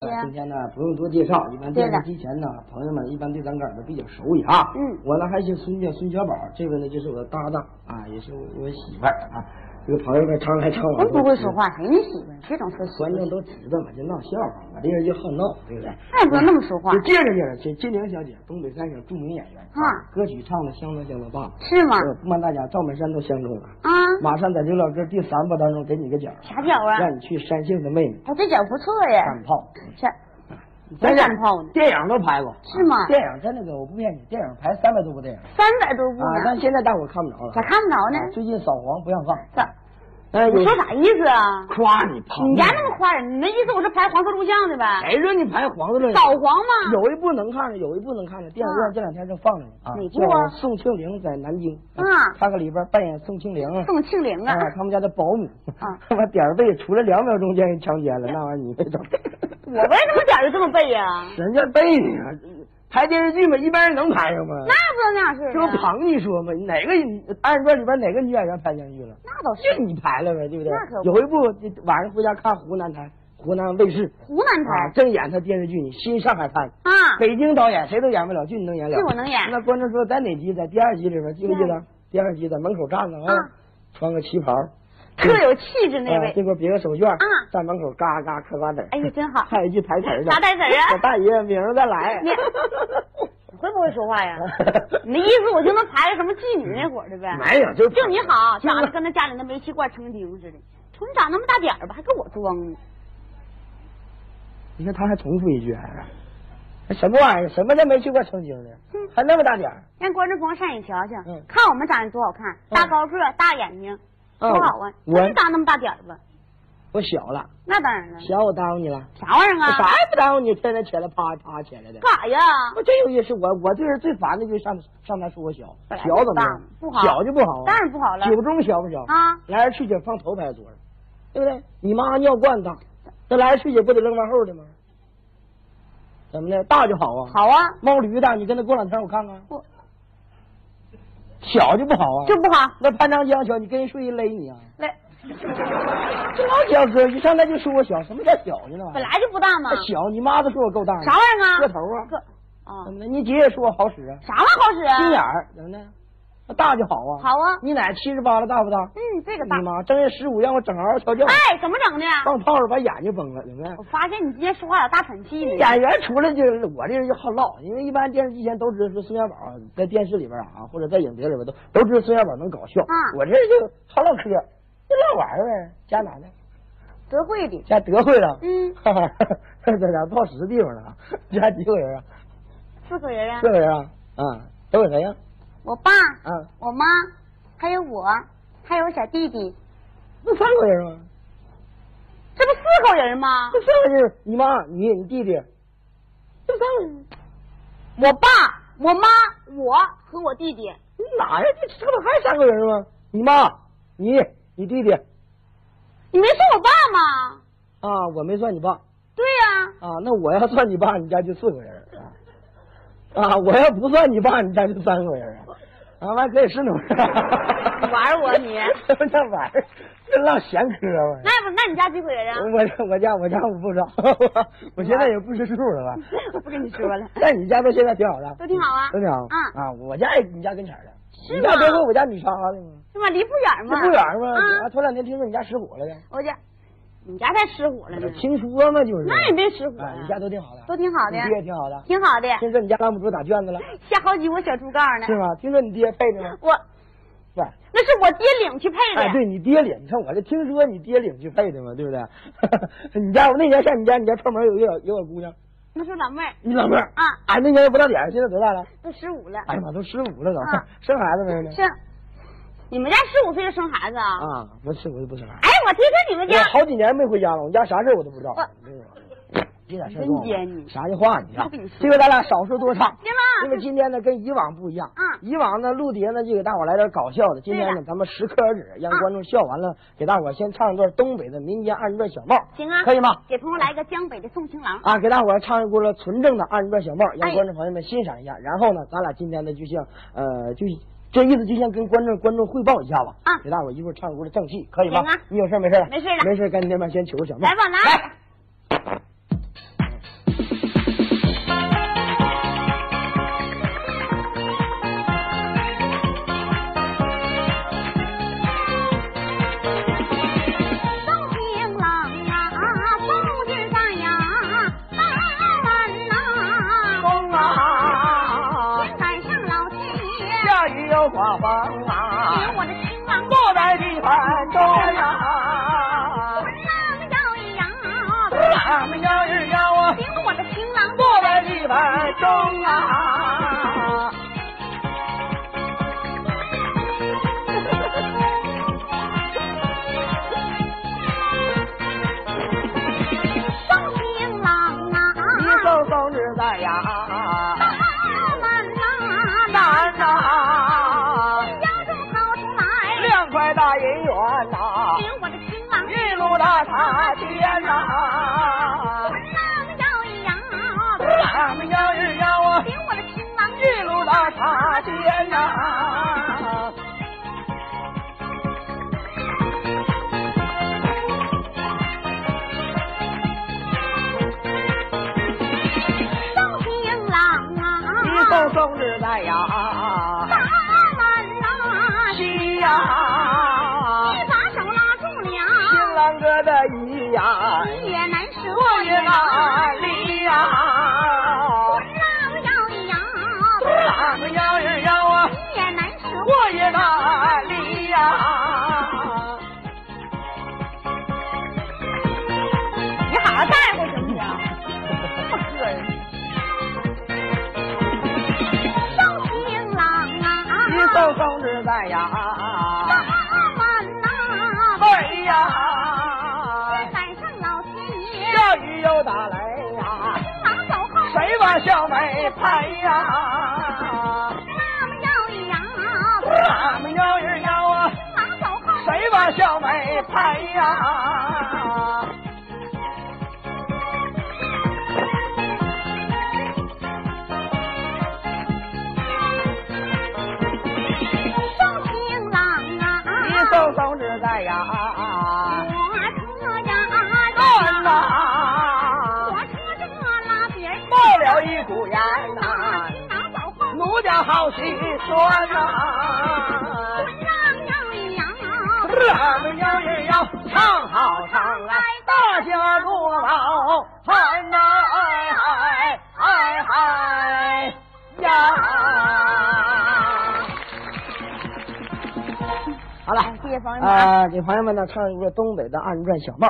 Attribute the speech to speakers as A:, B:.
A: 行
B: 今天呢，不用多介绍，一般电视机前呢，朋友们一般对咱个儿都比较熟悉啊。
A: 嗯
B: 我呢还姓孙，叫孙小宝，这位呢就是我的搭档啊，也是我我媳妇儿啊。这个朋友们常来常往，
A: 真不会说，话，谁能喜欢这种说
B: 观众都知道嘛，就闹笑话，我这人就好闹，对不对？
A: 那不能那么说话
B: 就，介绍介绍，这金玲小姐，东北三省著名演员
A: 啊，
B: 歌曲唱的相当相当棒。
A: 是吗？
B: 呃不瞒大家，赵本山都相中了。
A: 啊，
B: 马上在刘老根第三部当中给你个奖，
A: 啥脚啊？
B: 让你去山杏的妹妹
A: 哎，这脚不错呀，
B: 干炮。
A: 这
B: 真
A: 真
B: 的
A: 干炮呢？
B: 电影都拍过，啊
A: 是吗？
B: 电影真的个，我不骗你，电影拍三百多部电影
A: 三百多步
B: 啊，
A: 呢
B: 但，现在大伙看不着了
A: 咋。看不着呢？
B: 啊最近扫黄不让放。
A: 咋？
B: 哎，有
A: 你说啥意思啊？
B: 夸你胖？
A: 你家那么夸人，你那意思我是排黄色录像的呗？
B: 谁说你排黄的了？
A: 扫黄啊吗？
B: 哎有一部能看着，有一部能看着，电影院这两天正放着呢。啊
A: 哪部啊
B: 叫宋庆龄在南京。
A: 啊
B: 她搁里边扮演宋庆龄。
A: 宋庆龄啊，
B: 啊，他们家的保姆
A: 啊，
B: 他妈点儿背出来两秒钟叫人强奸了，那玩意儿你没整。
A: 我为什么点儿就这么背呀？
B: 人家背你啊，拍电视剧嘛，一般人能拍上吗？
A: 那不能那样式
B: 呃这不
A: 的，啊
B: 捧你说吗？哪个二人转里边哪个女演员拍电视剧了？
A: 那倒是
B: 就你拍了呗，对不对
A: 那可？不
B: 有一部这晚上回家看湖南台，湖南卫视
A: 湖南
B: 啊，
A: 台
B: 正演他电视剧呢，新上海滩。
A: 啊，
B: 北京导演谁都演不了，就你能演了。
A: 就我能演嗯
B: 那观众说在哪集？在第二集里边，记不记得？第二集在门口站着
A: 啊，
B: 穿个旗袍，
A: 特有气质那
B: 嗯啊，
A: 位，
B: 这块别个手绢儿
A: 啊
B: 站门口嘎嘎嗑瓜子儿
A: 哎呀，真好。
B: 还有一句台词儿呢，
A: 啥台词儿啊
B: 我大爷明儿再来。
A: 你 你会不会说话呀？你的意思我就能排个什么妓女那会儿的呗？
B: 没有，就
A: 就你好，
B: 就是
A: 长得跟那家里那煤气罐成精似的，瞅你长那么大点儿吧，还跟我装呢。
B: 你看他还重复一句，哎什么玩意儿？什么叫没去过成精的？还那么大点儿？
A: 让观众朋友上眼瞧瞧，
B: 嗯
A: 看我们长得多好看，大
B: 嗯
A: 高个儿，大眼睛，多
B: 嗯
A: 好啊！
B: 我
A: 就长那么大点儿吧，
B: 我小了，
A: 那当然了，
B: 小我耽误你了，
A: 啥玩意儿
B: 我
A: 啊？
B: 啥也不耽误你，天天起来啪啪起来的。
A: 干啥呀？
B: 我真有意思，我我对人最烦的就是上上台说我小，
A: 本来
B: 小
A: 就
B: 怎么样
A: 棒不好
B: 小就不好啊，
A: 当然不好了
B: 酒盅小不小
A: 啊
B: 来人去酒放头排桌上，对不对？你妈尿罐大，那来人去酒不得扔往后的吗？怎么的？大就好啊，
A: 好啊，
B: 猫驴大，你跟他过两天我看看。
A: 不
B: 小就不好啊，
A: 就不好。
B: 那潘长江小，你跟人睡一勒你啊？
A: 来，
B: 这老小哥一上来就说我小，什么叫小呢？
A: 本来就不大嘛，
B: 那小，你妈都说我够大的，
A: 啥玩意儿啊？
B: 个头啊，
A: 个啊
B: 怎，么的？你姐也说我好使啊，
A: 啥玩意儿好使啊？
B: 心眼儿怎么的？那大就好啊，
A: 好啊
B: 你奶七十八了，大不大？
A: 嗯，这个大
B: 你。妈正月十五让我整嗷嗷调教，
A: 哎，怎么整的？
B: 放炮了把眼睛崩了，怎么
A: 我
B: 的？
A: 发现你今天说话有大喘气呢。
B: 演员出来就是我这人就好唠，因为一般电视机前都知道说孙元宝在电视里边啊，或者在影碟里边都都知道孙元宝能搞笑，
A: 嗯
B: 我这人就好唠嗑，就唠玩儿呗。家哪呢？
A: 德惠的，
B: 家德惠了，
A: 嗯，
B: 哈哈，这俩泡屎的地方了啊，家几口人啊？
A: 四个人啊
B: 四，个人啊？啊，都有谁呀？
A: 我爸、
B: 啊，
A: 我妈，还有我，还有我小弟弟，
B: 那三个人吗？
A: 这不四口 人吗？
B: 那三个人，你妈、你、你弟弟，
A: 这三个人。我爸、我妈、我和我弟弟，
B: 你哪呀？这这不还三个人吗？你妈、你、你弟弟
A: 你没说我爸吗？
B: 啊，我没算你爸
A: 对呀、
B: 啊，那我要算你爸，你家就四个人啊。啊，我要不算你爸，你家就三个人啊。啊，完可以是努。
A: 你玩我你
B: 那玩意儿，这唠闲嗑玩意儿。
A: 那不，那你家几口人啊？？
B: 我我家我家我不知道，我我现在也不识数了吧
A: 不跟你说了
B: 但你家都现在挺好的，
A: 都挺好啊
B: 都挺好。
A: 嗯
B: 啊，我家也你家跟前儿的，
A: 是
B: 你家
A: 吗
B: 都和我家米沙的吗？
A: 是吗？离不远
B: 这
A: 吗？
B: 不远儿吗？啊，
A: 啊，
B: 头两天听说你家失火了呢，
A: 我家，你家才失火了呢，
B: 听说嘛就是。
A: 那也没失火
B: 啊
A: 呀，
B: 你家都挺好的，
A: 都挺好的
B: 你爹也挺好哎的。
A: 挺好的，
B: 听说你家干部主打卷子了，
A: 下好几窝小猪羔呢。
B: 是吗？听说你爹配的吗？
A: 我
B: 不是。
A: 那是我啊爹领去配的。
B: 哎，对你爹领，你看我这听说你爹领去配的嘛，对不 对？你家我那年上你家，你家串门有一个有个姑娘，
A: 那时候老妹儿
B: 你老妹儿
A: 啊
B: 哎，那年不大点儿，现在多大了？
A: 都十五了，
B: 哎呀妈，都十五了都
A: 啊，
B: 生孩子没有呢？
A: 是你们家十五岁就生孩子啊？
B: 啊，我是我就不生孩子，
A: 哎，我听说你们家
B: 我好几年没回家了，我们家啥事儿我都不知道
A: 我。
B: 这点事儿
A: 真
B: 跟我
A: 奸你
B: 啥叫话你
A: 我
B: 看
A: 跟你，说
B: 这个咱俩少说多唱，
A: 行吗
B: 因为今天呢跟以往不一样，
A: 嗯
B: 以往呢录碟呢就给大伙来点搞笑的，今天
A: 对
B: 呢
A: 了
B: 咱们适可而止，让
A: 嗯
B: 观众笑完了，给大伙先唱一段东北的民间二人转小帽，
A: 行啊？
B: 可以吗？
A: 给朋友来一个江北的送情郎。
B: 啊，给大伙儿唱一锅了纯正的二人转小帽，让
A: 哎
B: 观众朋友们欣赏一下。然后呢，咱俩今天呢就像呃，就这意思就像跟观众观众汇报一下吧。
A: 啊
B: 给大伙儿一会儿唱一锅的正戏，可以吗？
A: 行啊
B: 你有事儿没事儿？
A: 没事儿了
B: 没事儿，赶紧那边先取个小帽。
A: 来吧，来。啊
B: 啊帮啊，
A: 领我的青王
B: 坐在地盘中啊呀，
A: 郎摇一摇，
B: 嗯俺们摇一摇啊，
A: 领我的青郎
B: 坐在地盘中啊。
A: 双青郎
B: 一
A: 啊，
B: 声声日在呀，
A: 大碗呐，
B: 难呐，
A: 腰中掏出来，
B: 两块大银元呐，
A: 领我的青郎
B: 一路大茶天呐，
A: 郎摇一摇，
B: 俺们摇一摇啊，
A: 领我的青郎
B: 一路大茶天呐。
A: 双
B: 一声
A: 青郎啊，
B: 声日在呀，
A: 大碗呐，
B: 西呀，
A: 一把手拉住
B: 新
A: 了，
B: 郎哥的姨呀，
A: 你也难舍
B: 我也哪
A: 难。
B: 里呀？
A: 郎摇一摇，
B: 俺们摇一摇啊，
A: 你也难舍
B: 我也哪里呀？
A: 你好好带回行不行？双青郎啊，
B: 一声声日在
A: 大
B: 呀，
A: 碗呐。
B: 哎呀，
A: 赶上老天爷，
B: 下雨又打雷呀，
A: 忙走后，
B: 谁把小梅拍呀？
A: 那么摇一摇，
B: 俺们摇一摇啊，
A: 忙走后，
B: 谁把小梅拍呀？
A: 双青郎啊，
B: 一声声日在呀，
A: 火车呀，
B: 乱呐
A: 火，车这拉别人，
B: 冒了一股烟呐，
A: 青郎走后，
B: 奴家好心酸呐。
A: 春郎摇一摇，
B: 俺们摇一摇，唱好唱来，大家不老喊呐，嗨嗨嗨呀！好了，
A: 谢谢朋友们啊。
B: 呃啊，给朋友们呢唱一个东北的二人转小帽。